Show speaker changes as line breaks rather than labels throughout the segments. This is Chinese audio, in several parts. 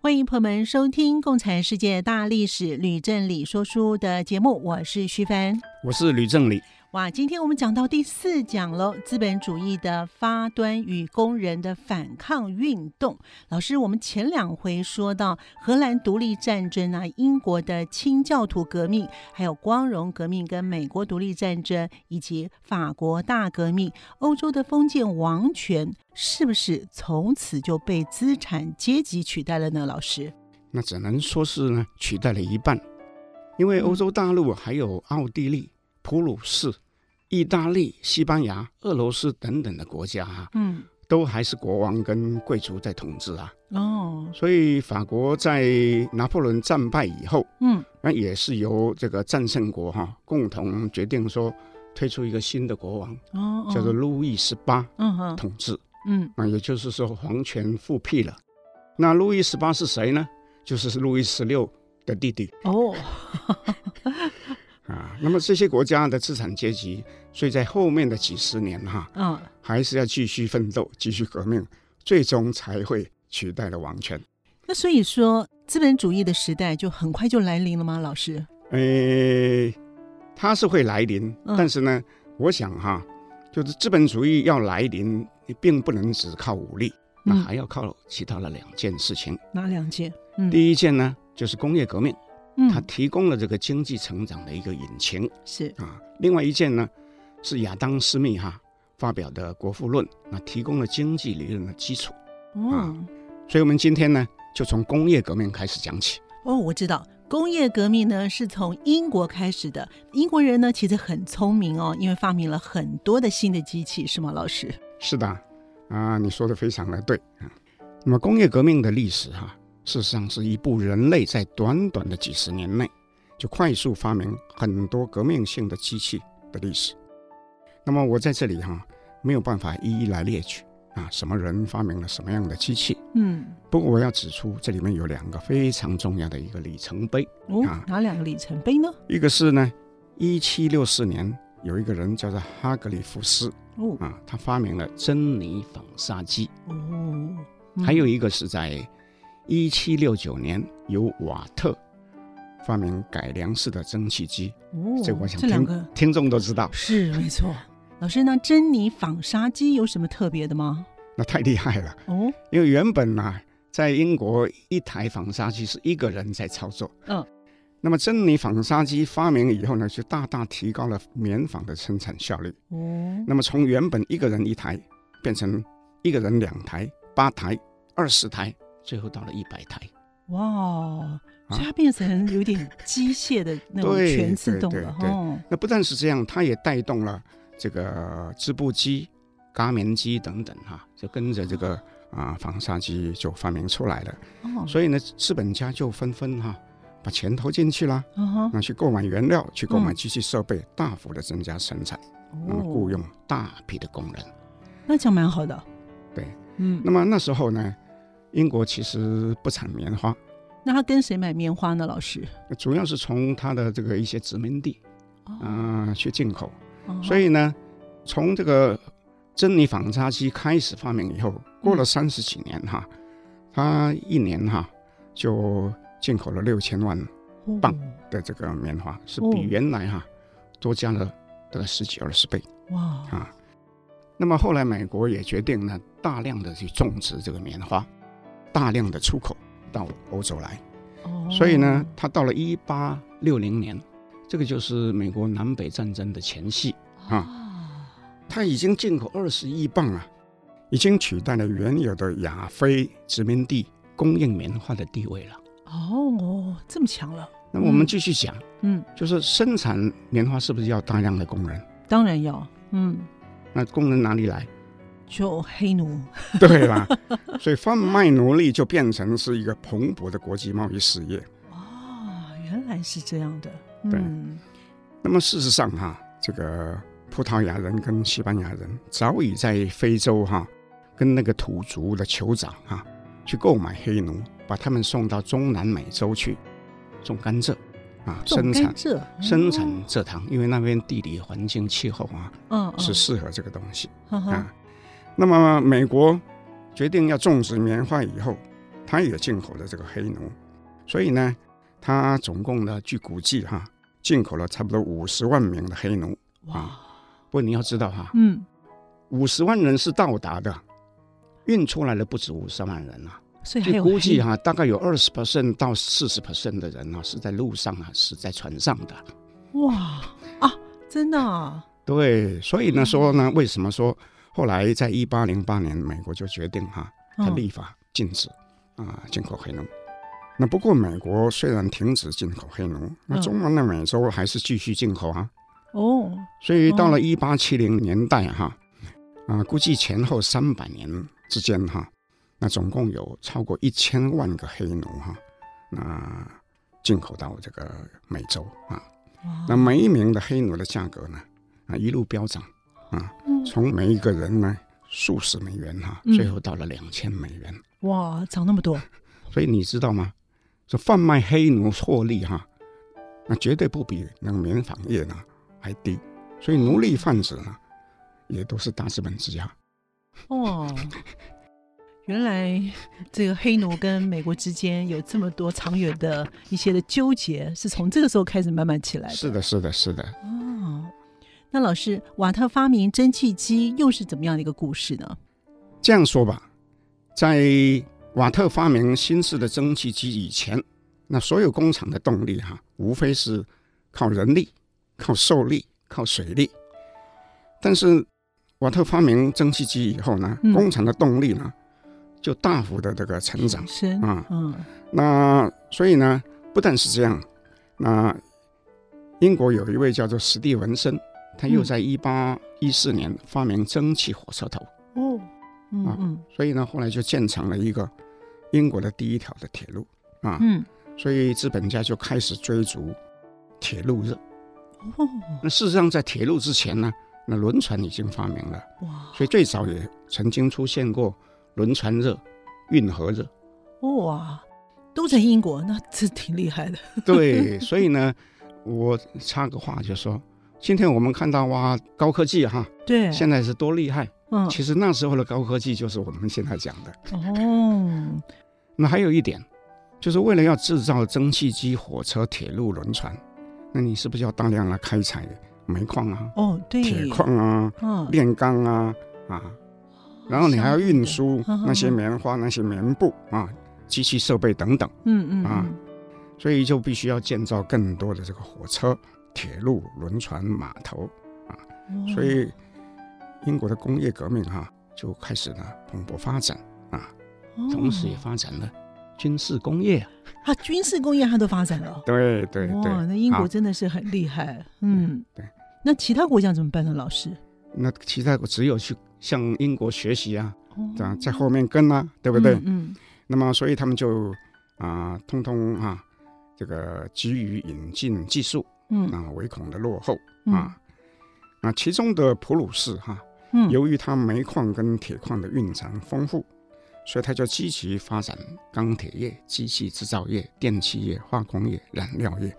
欢迎朋友们收听《共产世界大历史》吕正理说书的节目，我是徐凡。
我是吕正理。
哇，今天我们讲到第四讲喽，资本主义的发端与工人的反抗运动。老师，我们前两回说到荷兰独立战争啊，英国的清教徒革命，还有光荣革命跟美国独立战争，以及法国大革命，欧洲的封建王权是不是从此就被资产阶级取代了呢？老师，
那只能说是呢取代了一半，因为欧洲大陆啊还有奥地利、普鲁士、意大利、西班牙、俄罗斯等等的国家啊，
嗯，
都还是国王跟贵族在统治啊。
哦，
所以法国在拿破仑战败以后，
嗯，
那也是由这个战胜国哈、共同决定说推出一个新的国王，
哦，哦
叫做，路易十八
嗯哼，
统治。
嗯，
那也就是说皇权复辟了。那路易十八是谁呢？就是路易十六的弟弟。
哦，
啊，那么这些国家的资产阶级，所以在后面的几十年哈、
嗯。
还是要继续奋斗、继续革命，最终才会取代了王权。
那所以说，资本主义的时代就很快就来临了吗？老师，
呃，它是会来临，
嗯
但是呢，我想哈、就是资本主义要来临，并不能只靠武力，那
嗯
还要靠其他的两件事情。
哪两件？嗯，
第一件呢，就是工业革命，它
嗯，
提供了这个经济成长的一个引擎。
是，
啊，另外一件呢是亚当·斯密哈发表的《国富论》，那提供了经济理论的基础。啊
哦，
所以，我们今天呢就从工业革命开始讲起。
哦，我知道。工业革命呢是从英国开始的，英国人呢其实很聪明哦，因为发明了很多的新的机器，是吗，老师？
是的，啊，你说的非常的对啊。那么，工业革命的历史哈、事实上是一部人类在短短的几十年内就快速发明很多革命性的机器的历史。那么，我在这里哈、没有办法一一来列举啊，什么人发明了什么样的机器。
嗯，
不过我要指出，这里面有两个非常重要的一个里程碑，
哦
啊，
哪两个里程碑呢？
一个是呢，一七六四年有一个人叫做哈格里夫斯
哦，
啊，他发明了珍妮纺纱机；
哦，嗯
还有一个是在一七六九年由瓦特发明改良式的蒸汽机，
哦，
这个我想
这两个
听众都知道，
是没错。老师，那珍妮纺纱机有什么特别的吗？
那太厉害了，
哦，
因为原本呢、在英国一台纺纱机是一个人在操作，
嗯，
那么珍妮纺纱机发明以后呢，就大大提高了棉纺的生产效率。
哦，
那么从原本一个人一台，变成一个人两台、八台、二十台，最后到了一百台。
哇，所以它变成有点机械的那种
啊对
全自动了
对对对
哦。
那不但是这样，它也带动了这个织布机、嘎棉机等等哈、就跟着这个啊纺纱机就发明出来了。
哦，
所以呢，资本家就纷纷哈、把钱投进去啦，
嗯哼，
那去购买原料，去购买
嗯
机器设备，大幅的增加生产。那么嗯雇
哦，
佣大批的工人。
那这样蛮好的。
对，
嗯，
那么那时候呢，英国其实不产棉花，
那他跟谁买棉花呢？老师？
主要是从它的这个一些殖民地啊、呃去进口。
哦
所以呢，从这个珍妮纺纱机开始发明以后，
嗯
过了三十几年哈，它一年哈就进口了六千万棒的这个棉花，是
哦
比原来哈多加了大概十几二十倍。
哦哇，
啊。那么后来美国也决定呢，大量的去种植这个棉花，大量的出口到欧洲来。
哦
所以呢，，它到了一八六零年，这个就是美国南北战争的前夕，
啊，
它已经进口二十亿磅啊，已经取代了原有的亚非殖民地供应棉花的地位了。
哦，这么强了，
那么我们
嗯
继续讲，
嗯，
就是生产棉花是不是要大量的工人？
当然要，嗯，
那工人哪里来？
就黑奴，
对啦，所以贩卖奴隶就变成是一个蓬勃的国际贸易事业。
哦，原原来是这样的，
对
嗯，
那么事实上哈、这个葡萄牙人跟西班牙人早已在非洲哈、跟那个土族的酋长哈、去购买黑奴，把他们送到中南美洲去种甘蔗啊，
种
生产
甘哦蔗嗯
生产蔗糖，因为那边地理环境气候啊
嗯嗯
是适合这个东西
哈哈
啊。那么美国决定要种植棉花以后，他也进口了这个黑奴，所以呢，他总共呢，据估计哈，进口了差不多五十万名的黑奴。
嗯哇，
不过你要知道哈，
嗯，
五十万人是到达的，运出来的不止五十万人啊。
所以还
据
有
估计
黑
哈、大概有二十 percent 到四十 percent 的人啊是在路上啊，是在船上的。
哇啊，真的啊，
对，所以呢
嗯
说呢，为什么说后来在一八零八年美国就决定哈、它
嗯
立法禁止啊进口黑奴。那不过美国虽然停止进口黑奴，那
嗯
中南美洲还是继续进口啊。
哦，
所以到了
哦
一八七零年代哈，啊，估计前后三百年之间哈，那总共有超过一千万个黑奴哈，那进口到这个美洲
哦
啊。
哇
那每一名的黑奴的价格呢，啊，一路飙涨，
嗯
从每一个人呢数十美元哈，
嗯
最后到了两千美元。
哇涨那么多，
所以你知道吗？这贩卖黑奴获利哈，那绝对不比那个棉纺业呢还低。所以奴隶贩子呢，也都是大资本之家。
哦，原来这个黑奴跟美国之间有这么多长远的一些的纠结，是从这个时候开始慢慢起来的。
是的，是的，是的。
哦，那老师，瓦特发明蒸汽机又是怎么样的一个故事呢？
这样说吧，在瓦特发明新式的蒸汽机以前，那所有工厂的动力哈、无非是靠人力、靠受力、靠水力。但是瓦特发明蒸汽机以后呢，
嗯
工厂的动力呢就大幅的这个成长
提。升
啊
嗯，
那所以呢，不但是这样，那英国有一位叫做史蒂文森，他又
嗯
在一八一四年发明蒸汽火车头，
哦，嗯
啊
嗯
所以呢，后来就建成了一个英国的第一条的铁路啊。
嗯，
所以资本家就开始追逐铁路热。
哦，
那事实上，在铁路之前呢，那轮船已经发明了，
哇，
所以最早也曾经出现过轮船热、运河热。
哦哇，都在英国，那这挺厉害的。
对，所以呢，我插个话就说，今天我们看到哇，高科技哈，
对，
现在是多厉害。
嗯，
其实那时候的高科技就是我们现在讲的。
哦，
那还有一点，就是为了要制造蒸汽机、火车、铁路、轮船，那你是不是要大量的开采煤矿啊、
哦，对，
铁矿啊、
嗯，
炼钢啊啊？然后你还要运输
相对的
那些棉花、那些棉布啊、机器设备等等。
嗯嗯
啊
嗯，
所以就必须要建造更多的这个火车、铁路、轮船、码头，
哇
所以英国的工业革命哈、就开始呢蓬勃发展，同时也
哦
发展了军事工业。
啊，军事工业它都发展了。
对对对
哇，，那英国
啊
真的是很厉害。嗯，
对。
那其他国家怎么办呢？老师，
那其他国只有去向英国学习啊，
哦
这样在后面跟啊，对不对？
嗯，
那么所以他们就啊、通通啊这个急于引进技术，
嗯嗯
啊，唯恐的落后
嗯
啊。那其中的普鲁士哈、
嗯，
由于它煤矿跟铁矿的蕴藏丰富，所以它就积极发展钢铁业、机器制造业、电器业、化工业、染料业。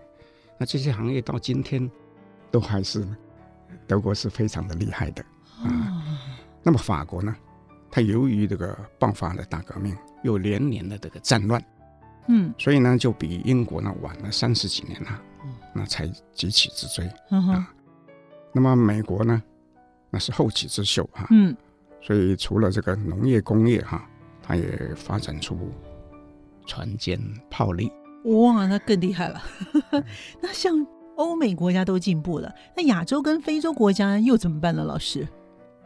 那这些行业到今天都还是德国是非常的厉害的。
啊
那么法国呢？它由于这个爆发了大革命，又连年的这个战乱，
嗯
所以呢就比英国呢晚了三十几年啊，那才急起直追。
嗯哼
啊那么美国呢，那是后起之秀啊哈、
嗯，
所以除了这个农业、工业哈、它也发展出船坚炮利。
哇，那更厉害了。
嗯
那像欧美国家都进步了，那亚洲跟非洲国家又怎么办呢？老师，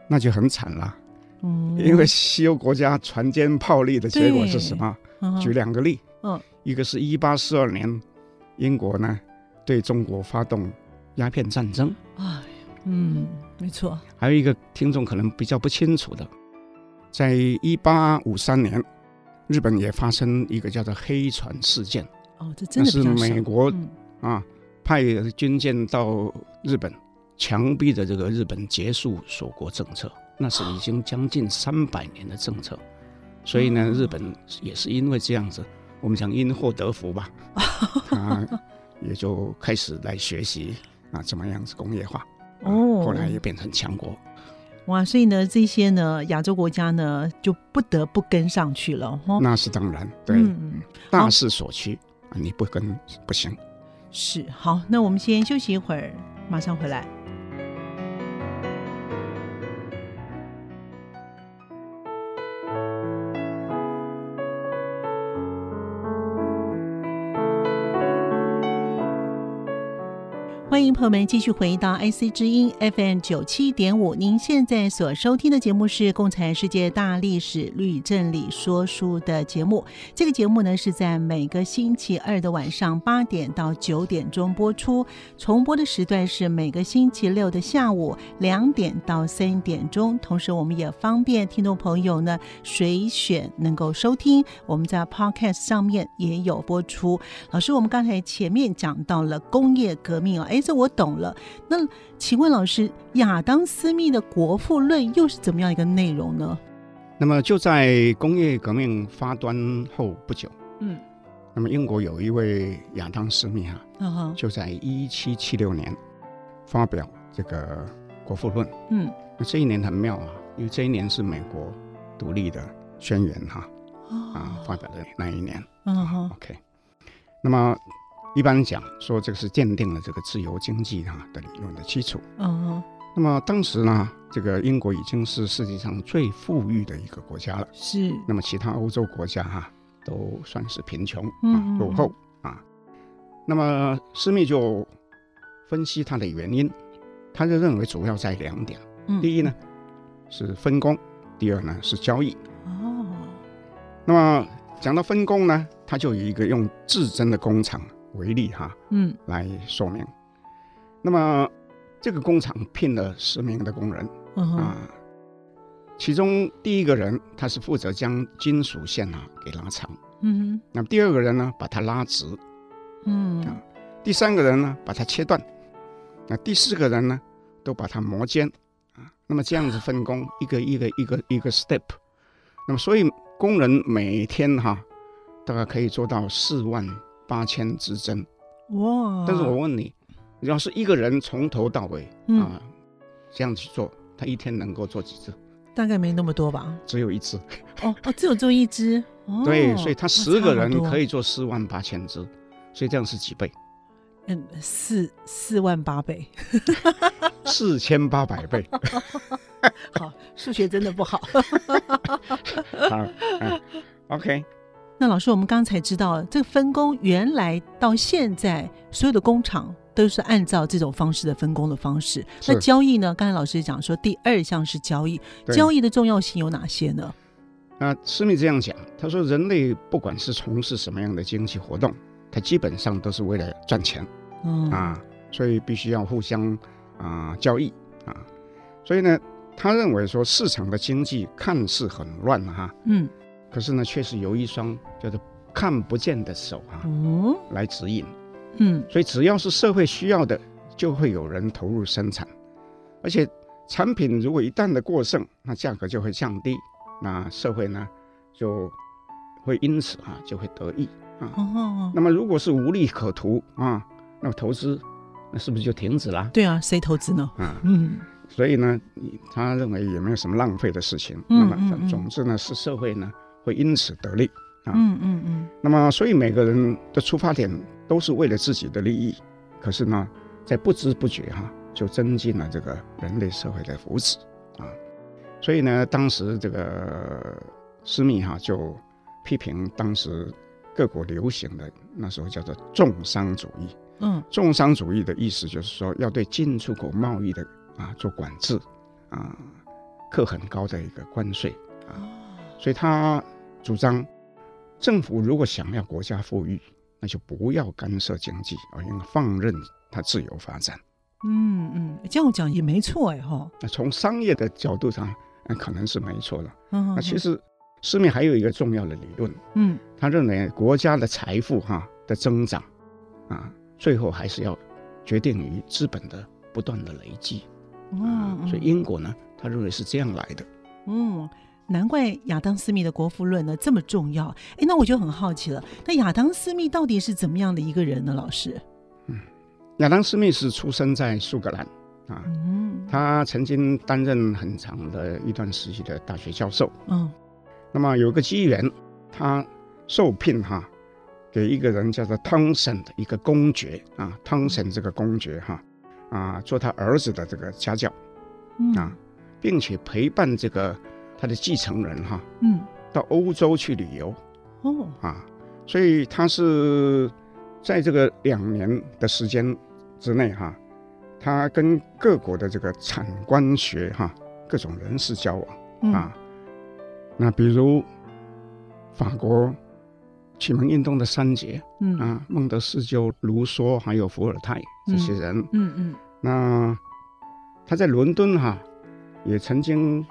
那就很惨了，
嗯，
因为西欧国家船坚炮利的结果是什么？
嗯哼
举两个例，
嗯，
一个是一八四二年，英国呢对中国发动鸦片战争，
哎，嗯，没错，
还有一个听众可能比较不清楚的，在一八五三年，日本也发生一个叫做黑船事件，
哦，这真的比较
那是
少
美国
嗯
啊，派军舰到日本，强逼着这个日本结束锁国政策，那是已经将近三百年的政策。所以呢，
哦
日本也是因为这样子，我们讲因祸得 福吧，啊，也就开始来学习啊，怎么样子工业化。啊
哦
后来也变成强国。
哇，所以呢，这些呢，亚洲国家呢就不得不跟上去了哦。
那是当然，对，
嗯，
大势所趋啊，你不跟不行。
是好，那我们先休息一会儿，马上回来。欢迎朋友们继续回到 IC 之音 FM 九七点五，您现在所收听的节目是《共产世界大历史吕振理说书》的节目。这个节目呢是在每个星期二的晚上八点到九点钟播出，重播的时段是每个星期六的下午两点到三点钟。同时，我们也方便听众朋友呢随选能够收听，我们在 Podcast 上面也有播出。老师，我们刚才前面讲到了工业革命哦，哎，这我懂了。那请问老师，亚当斯密的《国富论》又是怎么样一个内容呢？
那么就在工业革命发端后不久，
嗯，
那么英国有一位亚当斯密哈、
啊哈，
就在一七七六年发表这个《国富论》。
嗯，
那这一年很妙啊，因为这一年是美国独立的宣言哈啊
啊
发表的那一年。
嗯哼。
OK，那么一般讲说这个是奠定了这个自由经济哈、的理论的基础。
嗯，
那么当时呢，这个英国已经是世界上最富裕的一个国家了。
是，
那么其他欧洲国家哈、都算是贫穷
嗯
啊、落后啊。那么施密就分析它的原因，他就认为主要在两点：
嗯
第一呢是分工，第二呢是交易。
哦，
那么讲到分工呢，他就以一个用自身的工厂为例哈、
嗯
来说明。那么这个工厂聘了十名的工人，
嗯哼，
啊，其中第一个人他是负责将金属线啊给拉长，
嗯
那么第二个人呢把它拉直，
哼嗯
啊第三个人呢把它切断，那第四个人呢都把它磨尖啊。那么这样子 分工，一个一个一个一个 step，那么所以工人每天哈、大概可以做到四万八千支针。
哇，
但是我啊问你，要是一个人从头到尾
嗯
啊这样去做，他一天能够做几只？
大概没那么多吧，
只有一只。
哦哦，只有做一只，哦
对，所以他十个人
那
可，
差好多
以做四万八千只，所以这样是几倍？
嗯，四四万八倍，
四千八百倍
好， 数学真的不好。
啊、嗯 OK，
那老师，我们刚才知道这个分工，原来到现在所有的工厂。都是按照这种方式的分工的方式。那
是
交易呢？刚才老师讲说，第二项是交易，
对
交易的重要性有哪些呢？
那施密这样讲，他说人类不管是从事什么样的经济活动，他基本上都是为了赚钱
嗯，
啊，所以必须要互相啊交易啊，所以呢，他认为说市场的经济看似很乱哈、
嗯，
可是呢，确实有一双叫做看不见的手啊
哦，
来指引。
嗯，
所以只要是社会需要的，就会有人投入生产，而且产品如果一旦的过剩，那价格就会降低，那社会呢就会因此啊就会得益啊。
哦，
那么如果是无利可图啊，那么投资那是不是就停止了？
对啊，谁投资呢？
啊，
嗯
所以呢，你他认为也没有什么浪费的事情。
嗯
那
嗯
么
嗯
总之呢，是社会呢会因此得利。啊
嗯嗯嗯，
那么，所以每个人的出发点都是为了自己的利益，可是呢，在不知不觉哈、就增进了这个人类社会的福祉啊。所以呢，当时这个施密哈、就批评当时各国流行的那时候叫做重商主义。
嗯
重商主义的意思就是说要对进出口贸易的啊做管制啊，课很高的一个关税
嗯
啊，所以他主张政府如果想要国家富裕，那就不要干涉经济，而应放任它自由发展。
嗯嗯，这样讲也没错哎哈。
那从商业的角度上，嗯，可能是没错的。
嗯，
那其实，市面还有一个重要的理论，
嗯
他认为国家的财富哈、的增长，啊，最后还是要决定于资本的不断的累积啊。所以英国呢，他认为是这样来的。
嗯，难怪亚当·斯密的《国富论》呢这么重要。哎，那我就很好奇了，那亚当·斯密到底是怎么样的一个人呢？老师，
亚当·斯密是出生在苏格兰啊，
嗯，
他曾经担任很长的一段时期的大学教授。
嗯，
那么有个机缘，他受聘哈、给一个人叫做汤森的一个公爵啊，汤森这个公爵哈啊，做他儿子的这个家教，
嗯
啊，并且陪伴这个他的继承人哈、
嗯，
到欧洲去旅游
哦，
啊，所以他是在这个两年的时间之内哈、他跟各国的这个产官学哈、各种人士交往。
嗯，
啊。那比如法国启蒙运动的三杰
嗯，
啊，孟德斯鸠、卢梭还有伏尔泰这些人，
嗯嗯
那他在伦敦哈、也曾经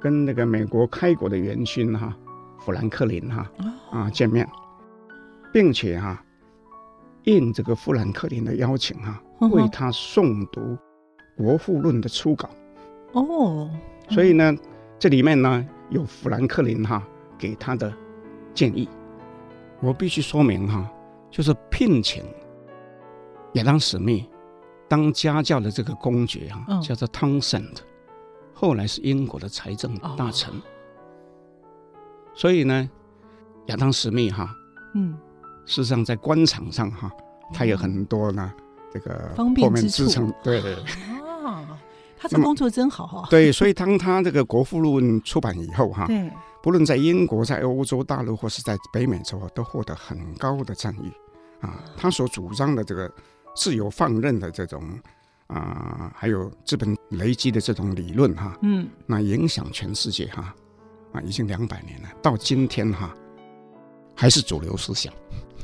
跟那个美国开国的元勋哈、富兰克林哈
啊，
啊见面，并且哈、应这个富兰克林的邀请哈、
嗯哼
为他诵读《国富论》的初稿。
哦，
嗯所以呢，这里面呢有富兰克林哈给他的建议。我必须说明哈，就是聘请亚当·史密当家教的这个公爵哈，
嗯
叫做汤森的，后来是英国的财政大臣。
哦
所以呢，亚当·史密哈，
嗯，
事实上在官场上哈，他有很多呢这个
嗯方便
后面
之处
支撑 对。
啊，他这
那么
工作真好啊，
对，所以当他这个《国富论》出版以后，哈，
对，
不论在英国、在欧洲大陆或是在北美洲，啊都获得很高的赞誉。啊，他所主张的这个自由放任的这种啊，还有资本累积的这种理论哈、
嗯
那影响全世界哈、啊，已经两百年了，到今天哈、还是主流思想。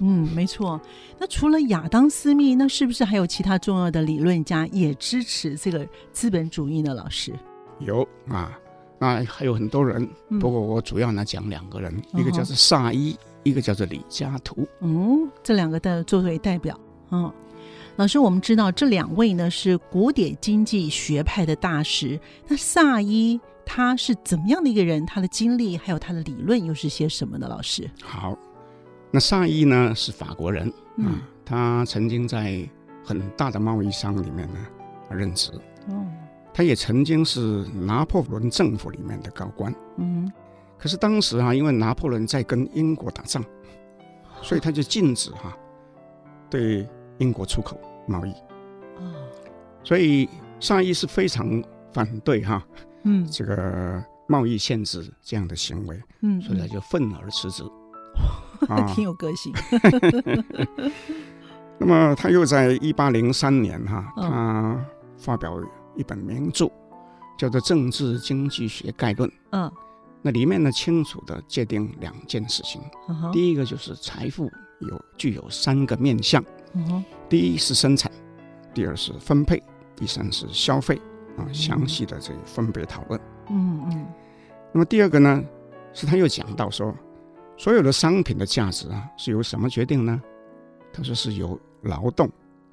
嗯，没错。那除了亚当·斯密，那是不是还有其他重要的理论家也支持这个资本主义呢？老师，
有啊，那还有很多人，
嗯
不过我主要呢讲两个人，
嗯
一个叫做萨伊，一个叫做李嘉图。
嗯，这两个的作为代表，嗯，老师，我们知道这两位呢是古典经济学派的大师。那萨伊他是怎么样的一个人？他的经历还有他的理论又是些什么呢？老师，
好，那萨伊呢是法国人。
嗯
啊，他曾经在很大的贸易商里面呢任职，
哦，
他也曾经是拿破仑政府里面的高官。啊
嗯，
可是当时啊，因为拿破仑在跟英国打仗，所以他就禁止哈、对英国出口贸易。
啊，
所以萨伊是非常反对哈、
嗯
这个贸易限制这样的行为，
嗯，
所以他就愤而辞职。啊
嗯 挺有个性，
那么他又在一八零三年哈、
嗯
他发表一本名著，叫做《政治经济学概论》。
嗯，
那里面呢，清楚的界定两件事情。
嗯哼
第一个就是财富有具有三个面向，
嗯哼
第一是生产，第二是分配，第三是消费。啊，详细的这个分别讨论。
嗯嗯
那么第二个呢，是他又讲到说，所有的商品的价值啊，是由什么决定呢？他说是由劳动、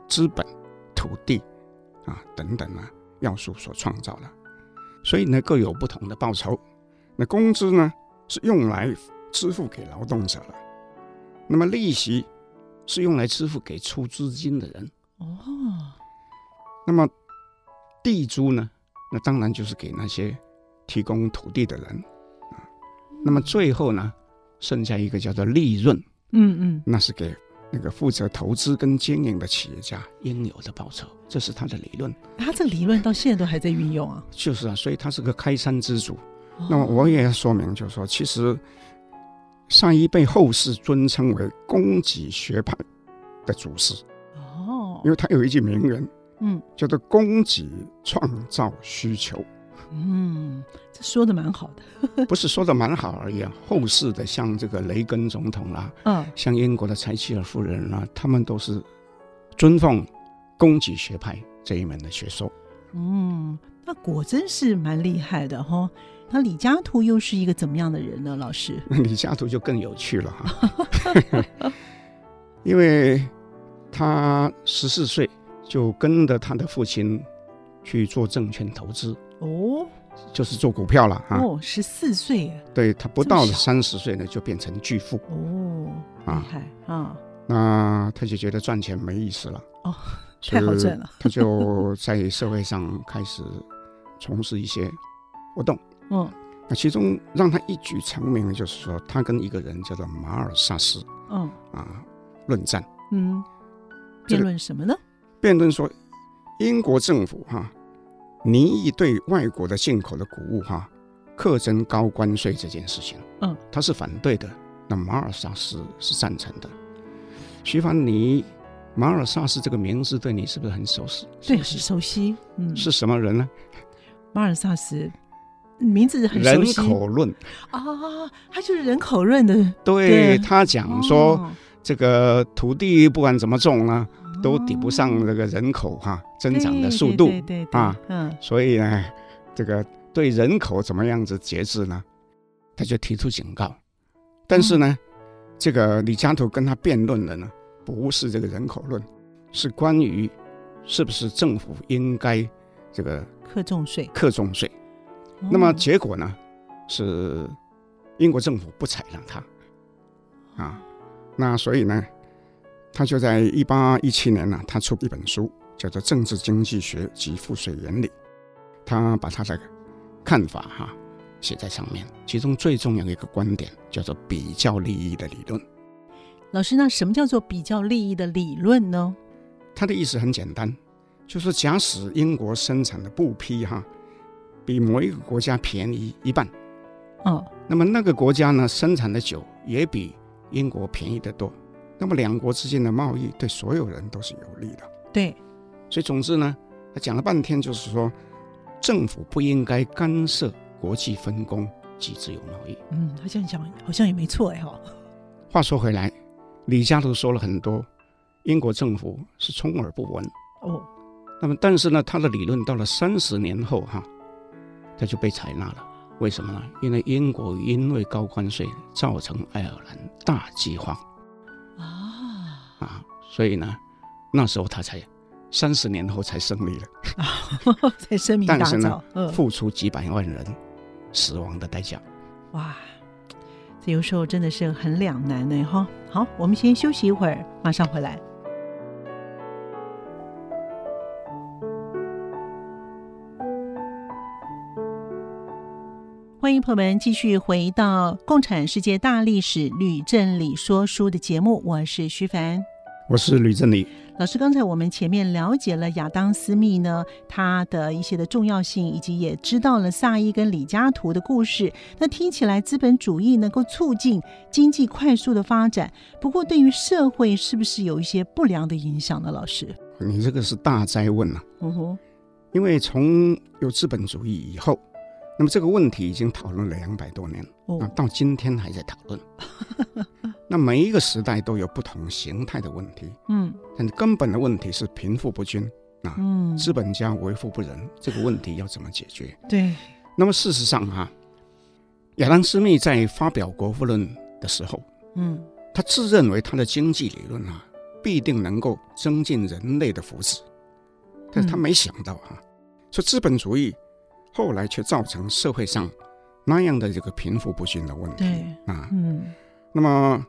资本、土地啊等等啊要素所创造的，所以呢各有不同的报酬。那工资呢是用来支付给劳动者的，那么利息是用来支付给出资金的人，
哦，
那么地租呢，那当然就是给那些提供土地的人啊。那么最后呢，剩下一个叫做利润，
嗯嗯
那是给那个负责投资跟经营的企业家应有的报酬，这是他的理论。，
他这个理论到现在都还在运用啊。
就是啊，所以他是个开山之主。
哦
那么我也要说明，就是说，其实上一被后世尊称为供给学派的祖师，
哦
因，为他有一句名言
嗯
叫做“供给创造需求”。
嗯，这说的蛮好的。
不是说的蛮好而已啊。后世的像这个雷根总统啦、
嗯
像英国的柴契尔夫人啦、他们都是尊奉供给学派这一门的学说。
嗯，那果真是蛮厉害的哈、那李嘉图又是一个怎么样的人呢？老师，
那李嘉图就更有趣了哈、因为他十四岁就跟着他的父亲去做证券投资，
哦
就是做股票了啊。
哦，十四岁耶
对他不
这么
到
小
三十岁呢，就变成巨富。
哦，厉
啊
害啊！
那他就觉得赚钱没意思了，
哦，
所以
太好赚了
他就在社会上开始从事一些活动。
嗯
那其中让他一举成名的就是说，他跟一个人叫做马尔萨斯
嗯
啊论战，
嗯，
这
辩
个
论什么呢？
辩论说，英国政府哈、拟议对外国的进口的谷物哈、课征高关税这件事情，
嗯，
他是反对的，那马尔萨斯是赞成的。徐凡，你马尔萨斯这个名字对你是不是很熟悉？
对，很熟悉，嗯，
是什么人呢？
马尔萨斯，名字很熟
人
悉
口论，
啊，他就是人口论的。对
对他讲说，
哦
这个土地不管怎么种呢，都抵不上这个人口哈、增长的速度
对，对对对
啊，
嗯
所以呢，这个对人口怎么样子节制呢？他就提出警告。但是呢，这个李嘉图跟他辩论的呢，不是这个人口论，是关于是不是政府应该这个
课重税。
课重税。那么
哦
结果呢，是英国政府不采纳他啊。那所以呢，他就在一八一七年呢，他出一本书，叫做《政治经济学及赋税原理》，他把他的看法哈、写在上面。其中最重要的一个观点叫做比较利益的理论。
老师，那什么叫做比较利益的理论呢？
他的意思很简单，就是假使英国生产的布匹哈、比某一个国家便宜一半，
哦，
那么那个国家呢，生产的酒也比英国便宜得多。那么两国之间的贸易对所有人都是有利的。
对，
所以总之呢，他讲了半天，就是说政府不应该干涉国际分工及自由贸易。
嗯，好像讲好像也没错哎哈。
话说回来，李嘉图说了很多，英国政府是充耳不闻。
哦，
那么但是呢，他的理论到了三十年后哈、他就被采纳了。为什么呢？因为英国因为高关税造成爱尔兰大饥荒。
啊，
啊，所以呢，那时候他才三十年后才胜利了，
在声明
但
打
是呢
造，嗯，
付出几百万人死亡的代价。
哇，这有时候真的是很两难呢哈。好，我们先休息一会儿，马上回来。欢迎朋友们继续回到《共产世界大历史吕振理说书》的节目，我是徐凡。
我是吕振理，
老师，刚才我们前面了解了亚当·斯密呢，他的一些的重要性，以及也知道了萨伊跟李嘉图的故事。那听起来，资本主义能够促进经济快速的发展，不过对于社会是不是有一些不良的影响呢？老师，
你这个是大灾问啊！
嗯哼，
因为从有资本主义以后，那么这个问题已经讨论了两百多年，那
哦，
到今天还在讨论。 那每一个时代都有不同形态的问题，
嗯
但根本的问题是贫富不均、
嗯，
资本家为富不仁，这个问题要怎么解决？
对，
那么事实上哈、亚当·斯密在发表《国富论》的时候，
嗯
他自认为他的经济理论啊，必定能够增进人类的福祉，但是他
嗯
没想到啊，说资本主义后来却造成社会上那样的这个贫富不均的问题
对，
啊。
嗯
那么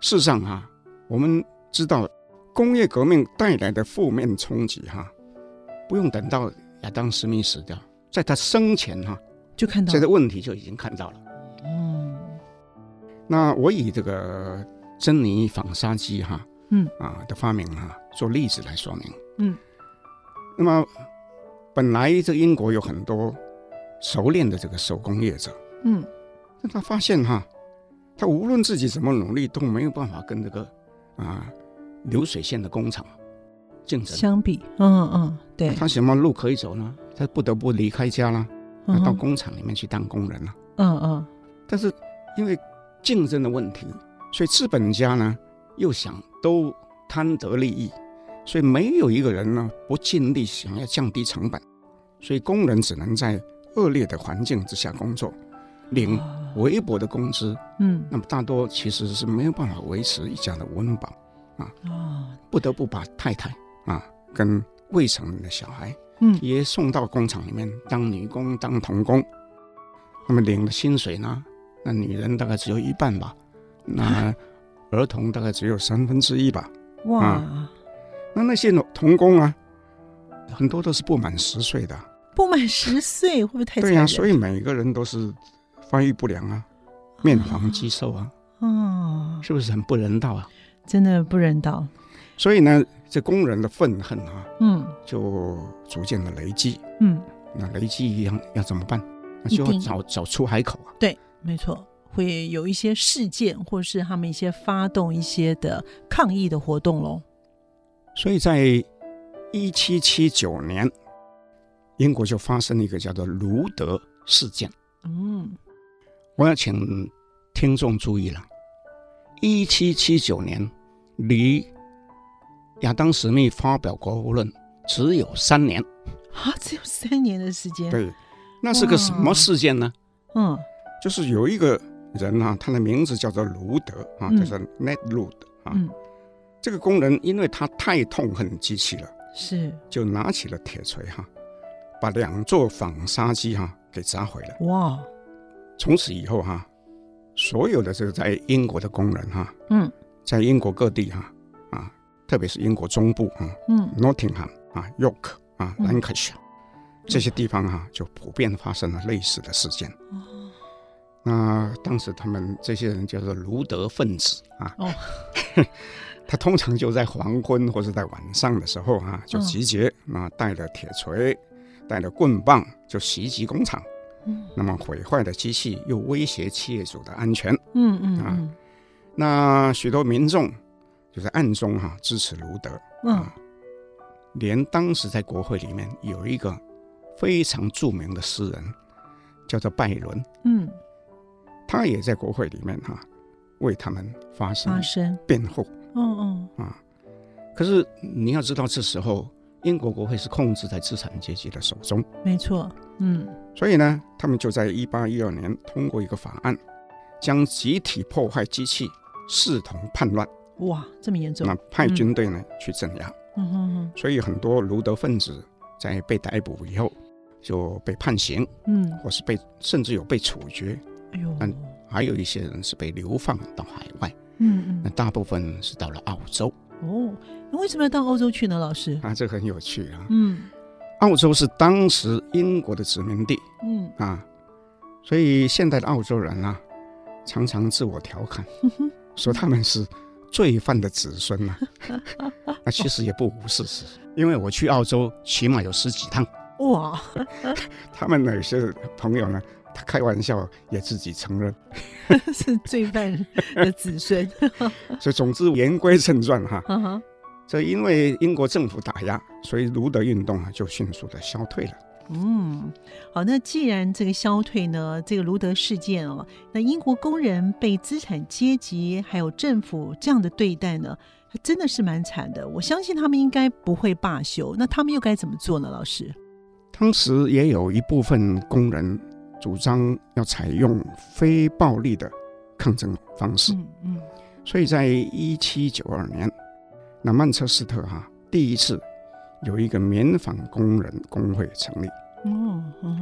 事实上啊，我们知道工业革命带来的负面冲击哈、不用等到亚当·斯密死掉，在他生前哈、
就看到
这，个问题就已经看到了。
嗯
那我以这个珍妮纺纱机哈，
嗯
啊的发明哈做例子来说明。
嗯，
那么本来这个英国有很多熟练的这个手工业者，
嗯，
但他发现哈，他无论自己怎么努力都没有办法跟这个啊流水线的工厂竞争。
相比，嗯嗯，对，
他什么路可以走呢？他不得不离开家了，
嗯
到
哼
工厂里面去当工人了。
嗯嗯，
但是因为竞争的问题，所以资本家呢又想都贪得利益，所以没有一个人呢不尽力想要降低成本，所以工人只能在恶劣的环境之下工作，领
啊
微薄的工资，
嗯
那么大多其实是没有办法维持一家的温饱。啊，
哦，
不得不把太太啊跟未成年的小孩
嗯
也送到工厂里面当女工、当童工。那么领的薪水呢？那女人大概只有一半吧，那儿童大概只有三分之一吧。
哇，
那那些童工啊，很多都是不满十岁的，
不满十岁会不会太
对呀、
残
所以每个人都是发育不良啊，面黄肌瘦啊，
哦，
是不是很不人道啊？
真的不人道。
所以呢，这工人的愤恨啊，
嗯
就逐渐的累积。
嗯，
那雷击一样要怎么办？那就
一
要
定
找找出海口啊。
没错，会有一些事件，或是他们一些发动一些的抗议的活动喽。
所以在一七七九年，英国就发生了一个叫做卢德事件。
嗯，
我要请听众注意了，一七七九年离亚当·史密发表国务论只有三年。
啊，只有三年的时间。，
对，那是个什
嗯哇
么事件呢？
嗯
就是有一个人啊，他的名字叫做卢德啊，
嗯
就是 Ned Lud 啊。
嗯，
这个工人因为他太痛恨机器了，
是
就拿起了铁锤哈、把两座纺纱机哈、给砸毁了。
哇，
从此以后哈、所有的这个在英国的工人哈、
嗯
在英国各地哈啊特别是英国中部啊
嗯，
，Nottingham 啊，York 啊
嗯
，Lancashire 这些地方哈、就普遍发生了类似的事件。
哦
那当时他们这些人叫做卢德分子啊，
哦
他通常就在黄昏或者在晚上的时候啊，就
嗯
集结，那、带了铁锤，带了棍棒，就袭击工厂。
嗯
那么毁坏的机器又威胁企业主的安全，
嗯嗯嗯
啊那许多民众就在暗中哈、支持卢德
嗯
啊，连当时在国会里面有一个非常著名的诗人，叫做拜伦，
嗯，
他也在国会里面哈、为他们发声
发生，
辩护。啊
嗯嗯，
可是你要知道，这时候英国国会是控制在资产阶级的手中，
没错，嗯
所以呢，他们就在一八一二年通过一个法案，将集体破坏机器视同叛乱，
哇，这么严重
那，派军队呢、去镇压。
嗯哼
所以很多卢德分子在被逮捕以后就被判刑，
哼，嗯，
或是被甚至有被处决，
哎呦，
嗯还有一些人是被流放到海外，
嗯
那大部分是到了澳洲
嗯，哦，那为什么要到欧洲去呢，老师？
啊，这个很有趣啊。
嗯
澳洲是当时英国的殖民地，
嗯，
啊，所以现代的澳洲人啊，常常自我调侃，说他们是罪犯的子孙呐、啊。 那其实也不无事实，因为我去澳洲起码有十几趟。
哇，
他们有些朋友呢，他开玩笑也自己承认。
是罪犯 的子孙，
所以总之言归正传哈、
哈哈，
这因为英国政府打压，所以卢德运动啊就迅速的消退了。
嗯，好，那既然这个消退呢，这个卢德事件哦，那英国工人被资产阶级还有政府这样的对待呢，还真的是蛮惨的。我相信他们应该不会罢休，那他们又该怎么做呢？老师，
当时也有一部分工人主张要采用非暴力的抗争方式。
嗯嗯，
所以在一七九二年，那曼彻斯特哈、第一次有一个棉纺工人工会成立，
哦哦，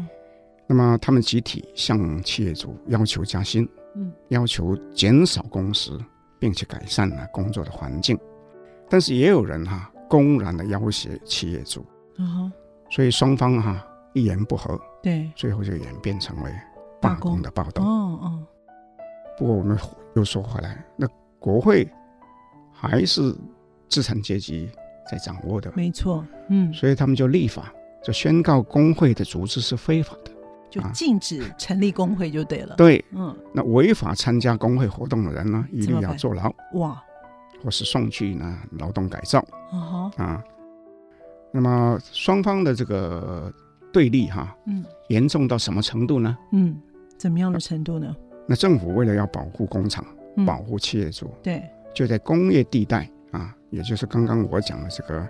那么他们集体向企业主要求加薪，
嗯，
要求减少工时，并且改善了工作的环境。但是也有人哈、公然的要挟企业主，
啊哈，
所以双方哈、一言不合，
对，
最后就演变成为
罢
罢
工
工的暴
哦
动。
哦，
不过我们又说回来，那国会还是资产阶级在掌握的，
没错，嗯，
所以他们就立法，就宣告工会的组织是非法的。
就
啊
禁止成立工会就对了。
对，
嗯，
那违法参加工会活动的人呢，一
怎么
律
办
要坐牢
哇，
或是送去呢劳动改造
啊哈，
啊。那么双方的这个对立哈、
嗯
严重到什么程度呢？
嗯，怎么样的程度呢？
那政府为了要保护工厂、
嗯
保护企业主，
对，
就在工业地带啊，也就是刚刚我讲的这个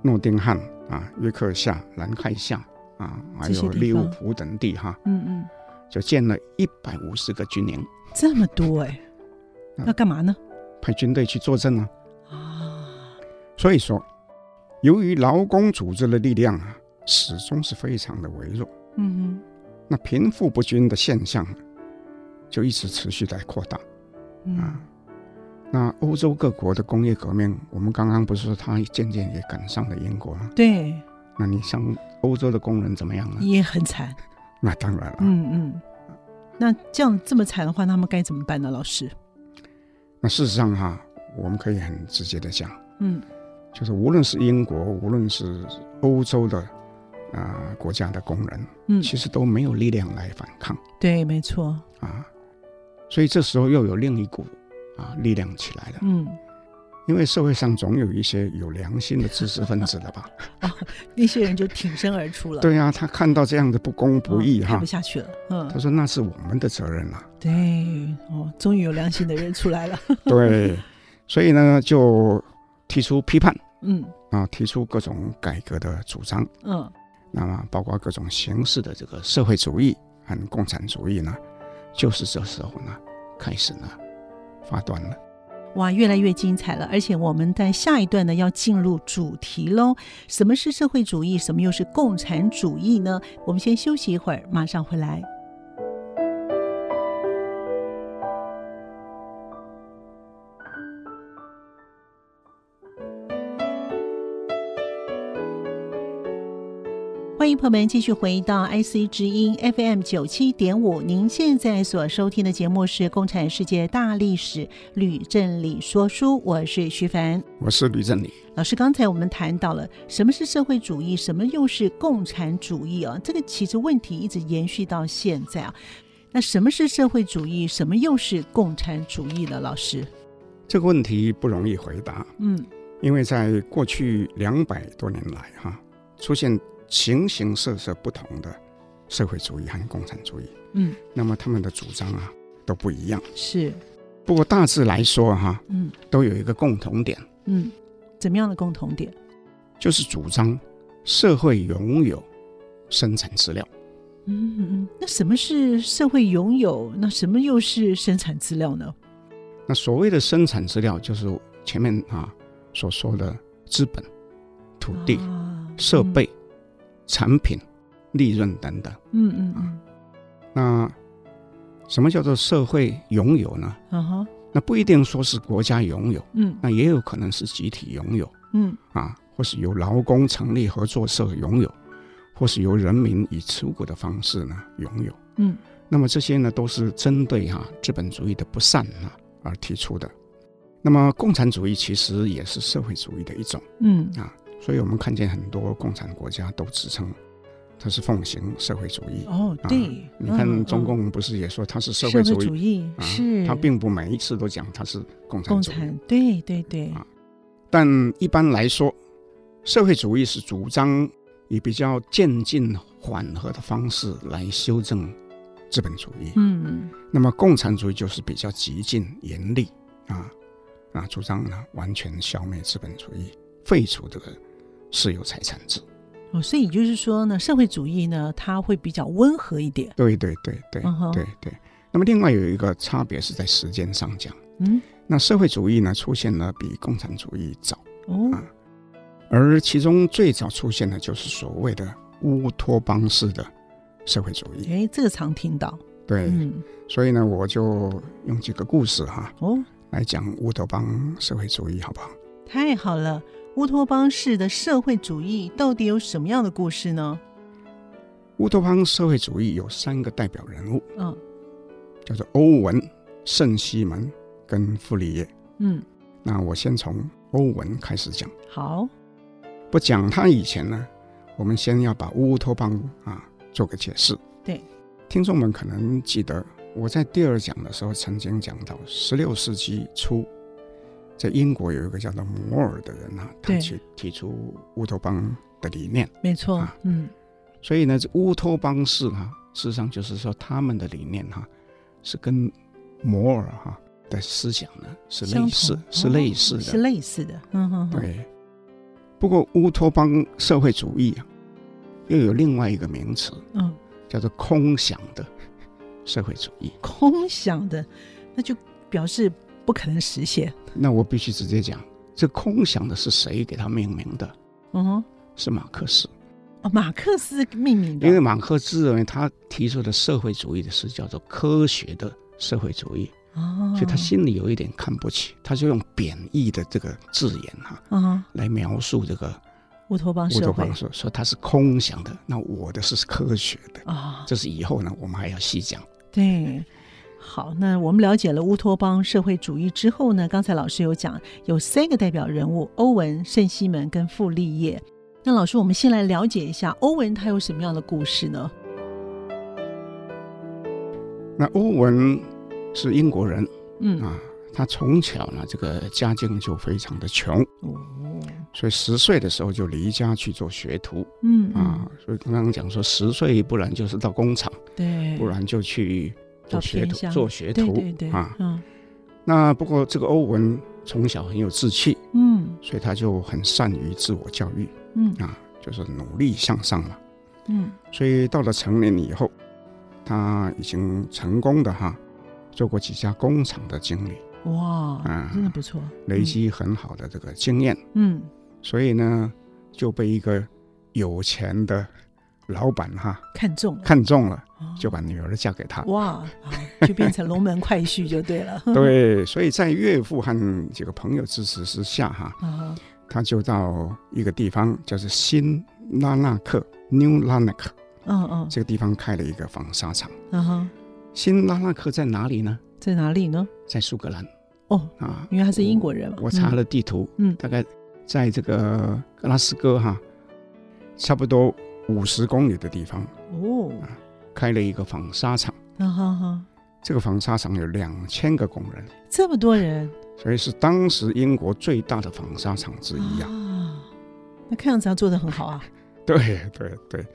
诺丁汉啊、约克夏、兰开夏啊，还
这些
有
地方
利物浦等地哈、
嗯嗯。
就建了一百五十个军营，
这么多哎、
嗯
要干嘛呢？
派军队去坐镇啊。
啊，
所以说，由于劳工组织的力量啊，始终是非常的微弱，
嗯
那贫富不均的现象啊就一直持续在扩大。
哼，嗯
啊，那欧洲各国的工业革命，我们刚刚不是说它渐渐也赶上了英国了？
对，
那你像欧洲的工人怎么样呢？
也很惨，
那当然了，
嗯嗯。那这样这么惨的话，那他们该怎么办呢？老师，
那事实上哈、我们可以很直接的讲，
嗯
就是无论是英国，无论是欧洲的啊、国家的工人，
嗯，
其实都没有力量来反抗
对，没错，
啊，所以这时候又有另一股啊力量起来了，
嗯，
因为社会上总有一些有良心的知识分子 了吧？
那些人就挺身而出了，
对呀、他看到这样的不公
嗯，
不义哈、
看不下去了，
他
嗯，
说那是我们的责任了、
对，哦，终于有良心的人出来了，
对，所以呢就提出批判
嗯
啊，提出各种改革的主张，
嗯
那么包括各种形式的这个社会主义和共产主义呢，就是这时候呢开始呢发端了。
哇，越来越精彩了！而且我们在下一段呢要进入主题喽。什么是社会主义？什么又是共产主义呢？我们先休息一会儿，马上回来。欢迎朋友们继续回到 IC 之音 FM 九七点五，您现在所收听的节目是《共产世界大历史吕振理说书》，我是徐凡。
我是吕振理，
老师，刚才我们谈到了什么是社会主义，什么又是共产主义啊？这个其实问题一直延续到现在啊。那什么是社会主义，什么又是共产主义呢？老师，
这个问题不容易回答，
嗯
因为在过去两百多年来哈、出现形形色色不同的社会主义和共产主义，
嗯，
那么他们的主张啊都不一样。
是，
不过大致来说哈、
嗯
都有一个共同点，
嗯，怎么样的共同点？
就是主张社会拥有生产资料。
嗯嗯嗯，那什么是社会拥有？那什么又是生产资料呢？
那所谓的生产资料，就是前面啊所说的资本、土地、
啊
设，备、产品、利润等等。
嗯嗯嗯
那什么叫做社会拥有呢？
嗯，啊哈，
那不一定说是国家拥有，
嗯
那也有可能是集体拥有
嗯
啊，或是由劳工成立合作社拥有，或是由人民以持股的方式呢拥有。
嗯
那么这些呢，都是针对哈、资本主义的不善啊而提出的。那么共产主义其实也是社会主义的一种，
嗯
所以我们看见很多共产国家都自称它是奉行社会主义。
哦，
啊
对，
你
嗯
看
嗯
中共不是也说它是社
社
会
会
主义
主义
啊？
是
它并不每一次都讲它是共产
共
主义
产，，对对对，
啊但一般来说，社会主义是主张以比较渐进缓和的方式来修正资本主义。
嗯
那么共产主义就是比较激进、严厉啊啊，主张呢完全消灭资本主义，废除这个私有财产制。
哦，所以也就是说呢，社会主义呢，它会比较温和一点，
对对对对、
嗯哼
对对。那么另外有一个差别是在时间上讲，
嗯
那社会主义呢出现了比共产主义早，
哦
啊而其中最早出现的就是所谓的乌托邦式的社会主义。
哎，这个常听到，
对，
嗯
所以呢，我就用几个故事哈
哦，
来讲乌托邦社会主义，好不好？
太好了。乌托邦式的社会主义到底有什么样的故事呢？
乌托邦社会主义有三个代表人物，
嗯
叫做欧文、圣西门跟傅立叶。
嗯，
那我先从欧文开始讲，
好，
不讲他以前呢，我们先要把乌托邦啊做个解释。
对，
听众们可能记得我在第二讲的时候曾经讲到，十六世纪初，在英国有一个叫做摩尔的人啊，他
对
去提出乌托邦的理念。
没错，
啊
嗯
所以呢，这乌托邦式哈、事实上就是说他们的理念哈、是跟摩尔哈、的思想呢是类
相
似
同，
是
哦
类似的，
是类似的，嗯哼哼，
对。不过乌托邦社会主义啊，又有另外一个名词
嗯，
叫做空想的社会主义。
空想的，那就表示不可能实现，
那我必须直接讲，这空想的是谁给他命名的？
嗯哼，
是马克思，
哦，马克思命名
因为
的，
马克思认为他提出的社会主义的是叫做科学的社会主义，
哦，
所以他心里有一点看不起，他就用贬义的这个字眼哈、
啊，
来描述这个
乌托邦
乌
社
托
会
邦说说它是空想的，那我的是科学的，
啊，
这是以后呢我们还要细讲。
对，好，那我们了解了乌托邦社会主义之后呢，刚才老师有讲有三个代表人物：欧文、圣西门跟傅立叶。那老师，我们先来了解一下欧文他有什么样的故事呢？
那欧文是英国人
嗯，
啊，他从小呢这个家境就非常的穷，
哦，
所以十岁的时候就离家去做学徒
嗯
啊，所以刚刚讲说十岁不然就是到工厂，
嗯对，
不然就去做学
到偏
徒
乡
做学
对
徒
对对
啊。
嗯
那不过这个欧文从小很有志气，
嗯
所以他就很善于自我教育
嗯
啊，就是努力向上嘛。
嗯
所以到了成年以后，他已经成功的哈，做过几家工厂的经理，
哇，
啊
真的不错，
累积很好的这个经验，
嗯嗯
所以呢，就被一个有钱的老板哈
看中了，
看中了，
哦
就把女儿嫁给他。
哇，好就变成龙门快婿就对了。 啊
对，所以在岳父和几个朋友支持之下哈，
啊，
他就到一个地方叫做新拉纳克 （New Larnaca）
嗯嗯
这个地方开了一个纺纱厂。
嗯哼，
新拉纳克在哪里呢？
在哪里呢？
在苏格兰
哦，
啊。
因为他是英国人嘛。
我查了地图，
嗯
大概在这个格拉斯哥哈，差不多五十公里的地方
嗯哦，
开了一个纺纱厂。
那哈哈，
这个纺纱厂有两千个工人，
这么多人
所以是当时英国最大的纺纱厂之一啊。
啊，那看样子他做的很好 啊。
对对对，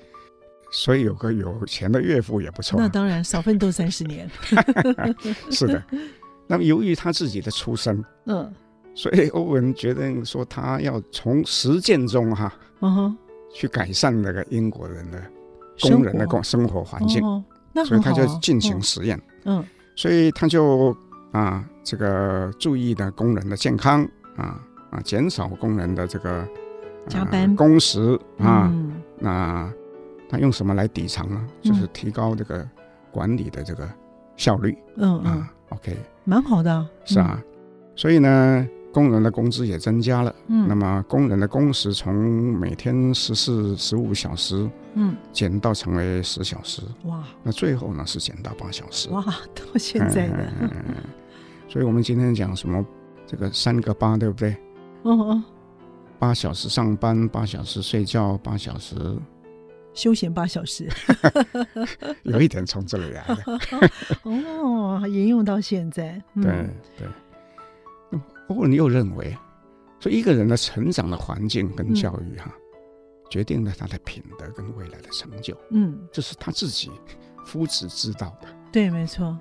所以有个有钱的岳父也不错啊、
那当然，少奋斗三十 年。
是的。那么由于他自己的出身，
嗯
所以欧文决定说他要从实践中哈、
嗯哼，
去改善那个英国人的工人
生
的
活
工生活环境。
哦，那
所以
很好
他
啊
就进行实验，
嗯
所以他就啊这个注意的工人的健康啊啊，减少工人的这个、啊
加班
工时
嗯
啊，
嗯
那、他用什么来抵偿呢？就是提高这个管理的这个效率、
嗯嗯，
啊。OK，
蛮好的啊。
是啊，所以呢，工人的工资也增加了，
嗯，
那
嗯
么工人的工时从每天十四十五小时
嗯，
减到成为十小时，
哇
那最后呢是减到八小时。
哇， 到现在的，
嗯嗯嗯嗯所以我们今天讲什么这个三个八，对不对？
嗯嗯，
八小时上班，八小时睡觉，八小时，
休闲八小时。
有一点从这里来的。
哦，沿用到现在。 嗯
对，对。那么欧文又认为，说一个人的成长的环境跟教育
嗯
哈、决定了他的品德跟未来的成就，
嗯，
这是他自己夫子知道的。
对，没错。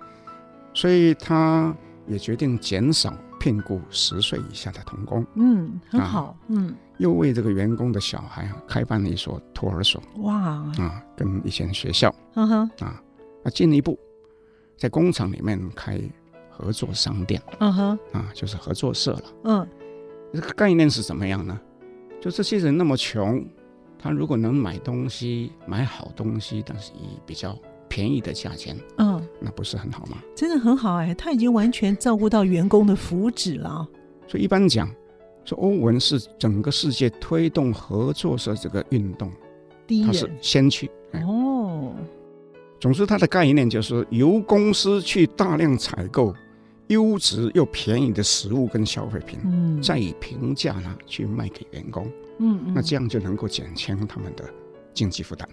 所以他也决定减少聘雇十岁以下的童工，
嗯，很
啊
好。嗯，
又为这个员工的小孩啊开办了一所托儿所。
哇，
啊，跟一些学校
哈哈，
啊，那进一步在工厂里面开合作商店
嗯哼，
啊，就是合作社了。
嗯
这个概念是怎么样呢？就这些人那么穷，他如果能买东西，买好东西，但是以比较便宜的价钱，
嗯，
那不是很好吗？
真的很好哎，他已经完全照顾到员工的福祉了啊。
所以一般讲，说欧文是整个世界推动合作社这个运动，
第一
他是
人
先驱。哎
哦，
总之，它的概念就是由公司去大量采购优质又便宜的食物跟消费品，
嗯，
再以平价呢去卖给员工，
嗯嗯，
那这样就能够减轻他们的经济负担。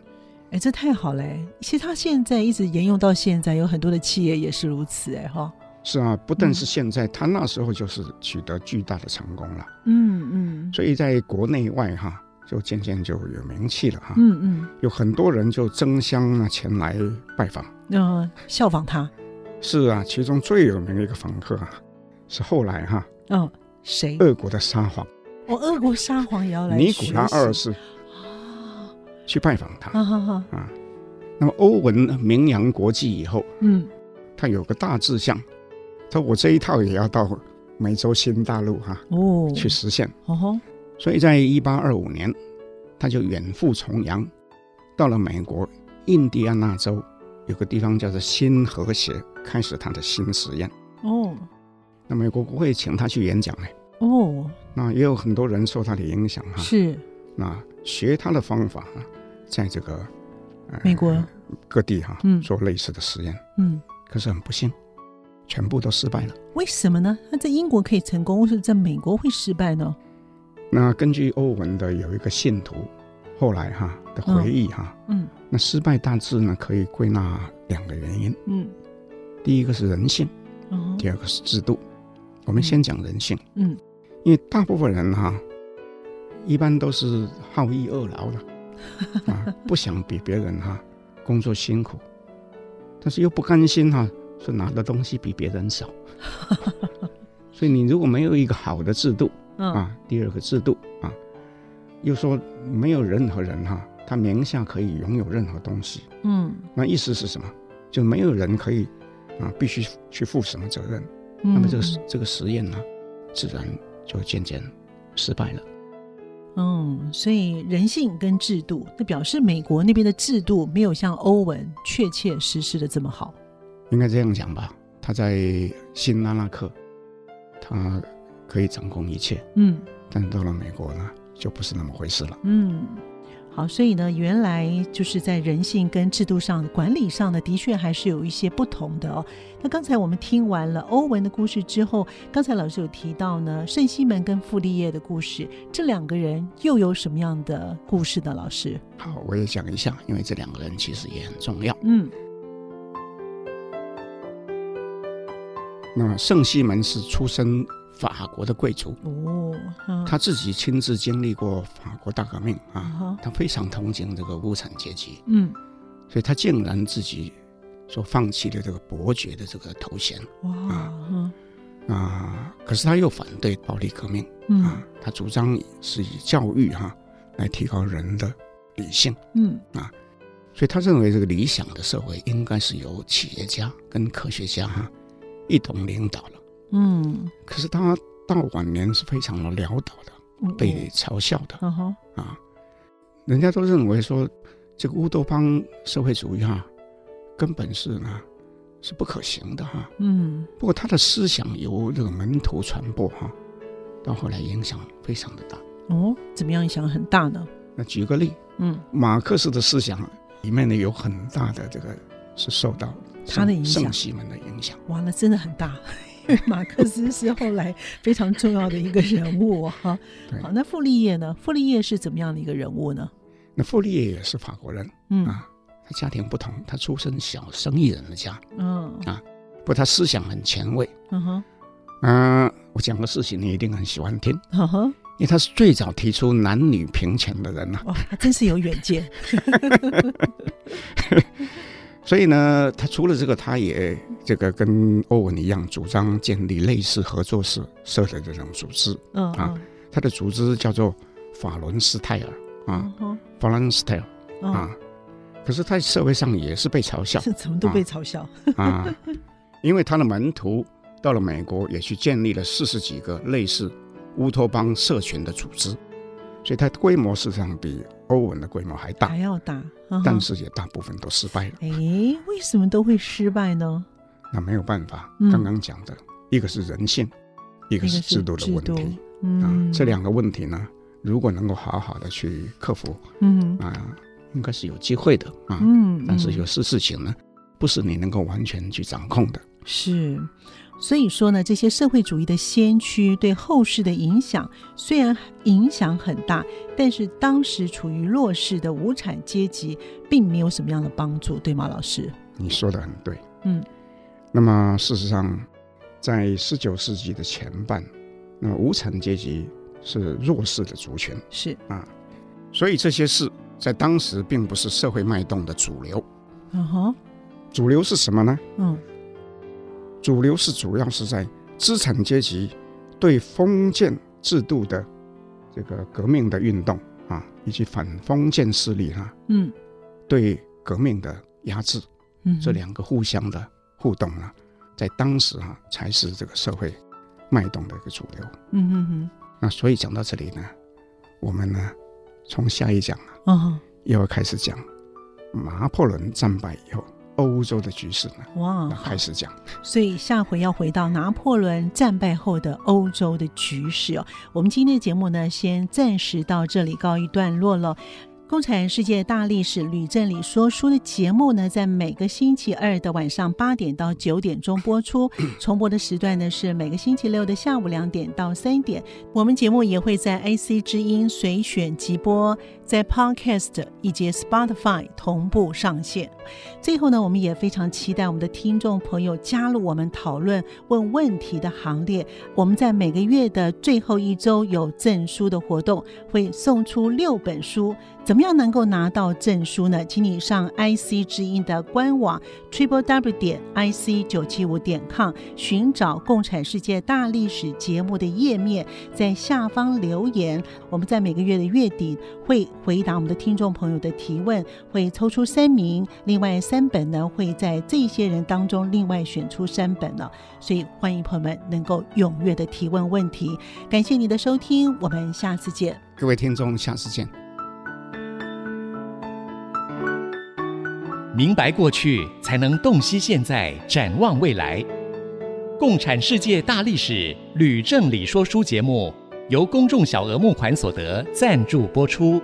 哎，这太好了哎。其实他现在一直沿用到现在，有很多的企业也是如此哎哈。
是啊，不但是现在，他那时候就是取得巨大的成功了，
嗯嗯
所以在国内外哈，就渐渐就有名气了哈，
嗯嗯，
有很多人就争相呢前来拜访。
那、嗯效仿他，
是啊，其中最有名的一个访客啊，是后来哈
嗯、谁？
俄国的沙皇
哦，俄国沙皇也要来
呃尼古拉
学
二
习
世
啊，
去拜访他。
哈哈哈，
啊。那么欧文名扬国际以后，
嗯，
他有个大志向，他说我这一套也要到美洲新大陆哈、
哦，
去实现。
哦吼，
所以在一八二五年，他就远赴重洋，到了美国印第安纳州有个地方叫做新和谐，开始他的新实验。
哦
那美国国会请他去演讲呢，
哦，
那也有很多人受他的影响哈、
是
那学他的方法啊，在这个、呃
美国，
各地哈、
嗯
做类似的实验，
嗯，
可是很不幸，全部都失败了。
为什么呢？他在英国可以成功，为什么在美国会失败呢？
那根据欧文的有一个信徒后来哈、的回忆哈、
嗯
那失败大致呢可以归纳两个原因，
嗯，
第一个是人性，
哦
第二个是制度。我们
嗯
先讲人性，
嗯，
因为大部分人哈、一般都是好逸恶劳的啊，不想比别人哈、工作辛苦，但是又不甘心哈、说拿的东西比别人少，所以你如果没有一个好的制度，
嗯
啊，第二个制度啊，又说没有任何人哈、他名下可以拥有任何东西，
嗯
那意思是什么？就没有人可以啊，必须去负什么责任。
嗯，
那么这个实这个实验呢，自然就渐渐失败了。
嗯，所以人性跟制度，那表示美国那边的制度没有像欧文确切实施的这么好。
应该这样讲吧，他在新拉拉克，他可以掌控一切，
嗯
但到了美国呢，就不是那么回事了。
嗯，好，所以呢，原来就是在人性跟制度上、管理上呢，的确还是有一些不同的哦。那刚才我们听完了欧文的故事之后，刚才老师有提到呢，圣西门跟傅立叶的故事，这两个人又有什么样的故事呢？老师，
好，我也讲一下，因为这两个人其实也很重要。
嗯
那么圣西门是出身法国的贵族，
哦，嗯
他自己亲自经历过法国大革命
啊
啊，
哈
他非常同情这个无产阶级，
嗯
所以他竟然自己说放弃了这个伯爵的这个头衔
哇嗯
啊。可是他又反对暴力革命啊
嗯，
他主张是以教育哈、来提高人的理性，
嗯
所以他认为这个理想的社会应该是由企业家跟科学家哈、一同领导了。
嗯，
可是他到晚年是非常的潦倒的，
嗯
被嘲笑的。
嗯哼，
啊，人家都认为说这个乌托邦社会主义哈、根本是呢是不可行的哈、
嗯
不过他的思想由这个门徒传播哈、到后来影响非常的大。
哦，怎么样？影响很大呢？
那举个例，
嗯
马克思的思想里面呢有很大的这个是受到
他的影响
圣圣西门的影响。
哇，那真的很大，因为马克思是后来非常重要的一个人物哦哈。
对
好，那傅立叶呢？傅立叶是怎么样的一个人物呢？
那傅立叶也是法国人，
嗯
啊他家庭不同，他出身小生意人的家，
嗯
不过他思想很前卫。
嗯哼
嗯、我讲个事情你一定很喜欢听。
嗯哼，
因为他是最早提出男女平权的人呐、
哇，他真是有远见。
所以呢，他除了这个，他也这个跟欧文一样，主张建立类似合作社社的这种组织。
嗯
啊
嗯
他的组织叫做法伦斯泰尔啊
嗯哼
法伦斯泰尔
嗯，
啊。可是，在社会上也是被嘲 笑
这怎么都被嘲笑。
啊，因为他的门徒到了美国，也去建立了四十几个类似乌托邦社群的组织，所以它规模事实上比欧文的规模还大
还，要打，嗯哼
但是也大部分都失败了。
哎，为什么都会失败呢？
那没有办法
嗯，
刚刚讲的、一个是人性，一
一
个是制度的问
制度
题、
嗯
啊，，这两个问题呢，如果能够好好的去克服
嗯嗯
啊，应该是有机会的啊。
嗯，
但是有些事情呢，不是你能够完全去掌控的。
是，所以说呢，这些社会主义的先驱对后世的影响虽然影响很大，但是当时处于弱势的无产阶级并没有什么样的帮助，对吗，老师？
你说的很对，
嗯。
那么事实上，在十九世纪的前半，那么无产阶级是弱势的族群，
是，
所以这些事在当时并不是社会脉动的主流。
嗯哼，
主流是什么呢？
嗯
主流是主要是在资产阶级对封建制度的这个革命的运动啊，以及反封建势力哈、
嗯
对革命的压制，
嗯，
这两个互相的互动啊，在当时啊才是这个社会脉动的一个主流。
嗯哼哼，
那所以讲到这里呢，我们呢从下一讲啊
哦，
又要开始讲拿破仑战败以后欧洲的局势呢，
哇，
那
哦好
开始讲。
所以下回要回到拿破仑战败后的欧洲的局势哦。我们今天的节目呢，先暂时到这里告一段落了。共产世界大历史吕振理说书的节目呢，在每个星期二的晚上八点到九点钟播出，重播的时段呢是每个星期六的下午两点到三点。我们节目也会在 IC 之音随选即播，在 Podcast 以及 Spotify 同步上线。最后呢，我们也非常期待我们的听众朋友加入我们讨论问问题的行列。我们在每个月的最后一周有证书的活动，会送出六本书。怎么样能够拿到证书呢？请你上 IC 之音的官网 triple w 点 ic 九七五点 com 寻找《共产世界大历史》节目的页面，在下方留言。我们在每个月的月底会回答我们的听众朋友的提问，会抽出三名，另外三本呢会在这些人当中另外选出三本了。所以欢迎朋友们能够踊跃的提问问题。感谢你的收听，我们下次见。
各位听众，下次见。
明白过去，才能洞悉现在，展望未来。共产世界大历史吕正理说书节目由公众小额募款所得赞助播出。